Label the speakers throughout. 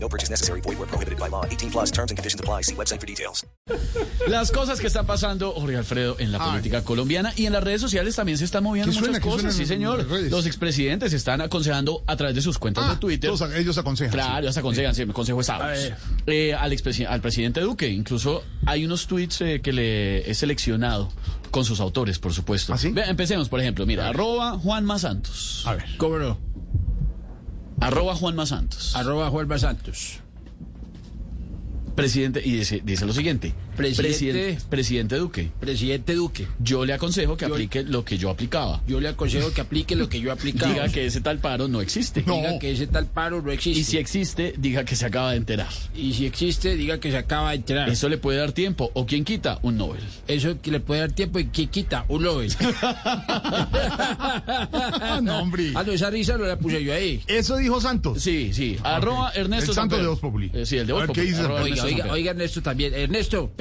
Speaker 1: No purchase necessary. Void where prohibited by law. 18 plus terms and conditions apply. See website for details.
Speaker 2: Las cosas que están pasando, Jorge Alfredo, en la política colombiana y en las redes sociales también se están moviendo
Speaker 3: ¿Qué suena?
Speaker 2: muchas
Speaker 3: ¿Qué
Speaker 2: cosas.
Speaker 3: suena
Speaker 2: Sí,
Speaker 3: en
Speaker 2: señor.
Speaker 3: las redes?
Speaker 2: Los expresidentes están aconsejando a través de sus cuentas de Twitter.
Speaker 3: todos, Ah, ellos aconsejan.
Speaker 2: Claro, ellos aconsejan, sí, mi consejo es sábados. Eh, al, expresi- al presidente Duque, incluso hay unos tweets eh, que le he seleccionado con sus autores, por supuesto.
Speaker 3: ¿Ah, sí?
Speaker 2: Ve, empecemos, por ejemplo, mira, arroba Juanma Santos.
Speaker 3: A ver.
Speaker 4: ¿Cómo no?
Speaker 2: Arroba Juanma Santos.
Speaker 3: Ah.
Speaker 4: Arroba Juanma Santos.
Speaker 2: Presidente, y dice, dice lo siguiente.
Speaker 4: Presidente-
Speaker 2: Presiden- presidente Duque.
Speaker 4: Presidente Duque,
Speaker 2: Yo le aconsejo que
Speaker 4: Yo-
Speaker 2: aplique lo que yo aplicaba.
Speaker 4: yo le aconsejo que aplique lo que yo he aplicado.
Speaker 2: Diga que ese tal paro no existe.
Speaker 3: No.
Speaker 4: Diga que ese tal paro no existe.
Speaker 2: Y si existe, diga que se acaba de enterar.
Speaker 4: Y si existe, diga que se acaba de enterar. Eso,
Speaker 2: Eso le puede dar tiempo. O quien quita, un Nobel.
Speaker 4: que le puede dar tiempo y que quita un Nobel.
Speaker 3: Ah, no, hombre.
Speaker 4: Ah, no, esa risa no la puse yo ahí.
Speaker 3: Eso dijo Santos.
Speaker 2: Sí, sí. Arroba
Speaker 3: ok.
Speaker 2: Ernesto
Speaker 3: El santo
Speaker 2: Samper.
Speaker 3: de Voz Populi.
Speaker 2: Eh, sí, el de
Speaker 3: A
Speaker 2: Voz
Speaker 3: ver, ¿qué
Speaker 2: Populi.
Speaker 3: dice
Speaker 2: Arroba
Speaker 3: Ernesto
Speaker 4: Oiga,
Speaker 2: Ernesto
Speaker 4: oiga,
Speaker 2: Samper.
Speaker 4: oiga, Ernesto también. Ernesto,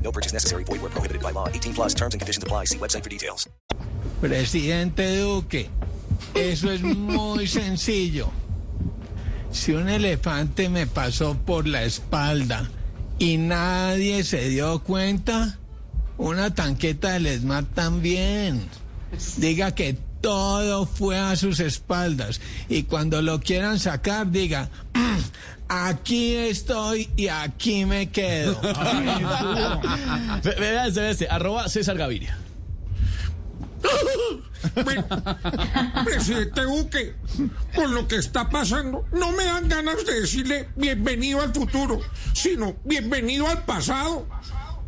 Speaker 1: No purchase necessary. Void where prohibited by law. 18 plus terms and conditions apply. See website for details.
Speaker 5: Presidente Duque, eso es muy sencillo. Si un elefante me pasó por la espalda y nadie se dio cuenta, una tanqueta del ESMAD también. Diga que todo fue a sus espaldas y cuando lo quieran sacar, diga, "Mm, aquí estoy y aquí me quedo.
Speaker 2: Ve- ve- vea este, vea este. Arroba César Gaviria.
Speaker 6: Presidente Duque, este con lo que está pasando, no me dan ganas de decirle bienvenido al futuro, sino bienvenido al pasado.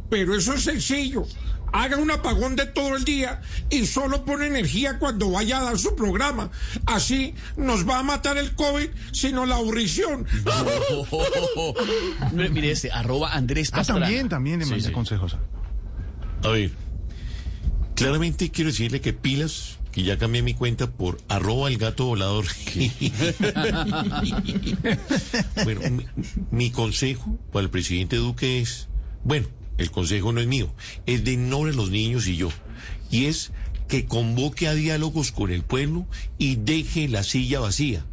Speaker 6: Pero eso es sencillo. Haga un apagón de todo el día y solo pone energía cuando vaya a dar su programa. Así nos va a matar el COVID, sino la aburrición.
Speaker 2: Mire, mire este. Arroba Andrés
Speaker 3: Ah,
Speaker 2: Pastrana.
Speaker 3: también, también le
Speaker 2: Sí,
Speaker 3: mandé
Speaker 2: sí.
Speaker 3: consejos.
Speaker 7: A ver, claramente quiero decirle que pilas, que ya cambié mi cuenta por arroba el gato volador. bueno, mi, mi consejo para el presidente Duque es, bueno, el consejo no es mío, es de Nora, los niños y yo, y es que convoque a diálogos con el pueblo y deje la silla vacía.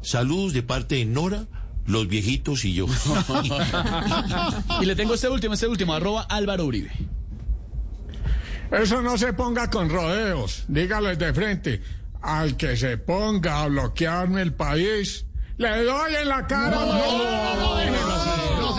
Speaker 7: Saludos de parte de Nora, los viejitos y yo.
Speaker 2: Y le tengo este último, este último. Arroba Álvaro Uribe.
Speaker 5: Eso no se ponga con rodeos, dígales de frente. Al que se ponga a bloquearme el país, le doy en la cara.
Speaker 3: Los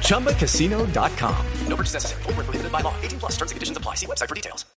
Speaker 8: ChumbaCasino.com. No purchase necessary. Void where prohibited by law. 18 plus terms and conditions apply. See website for details.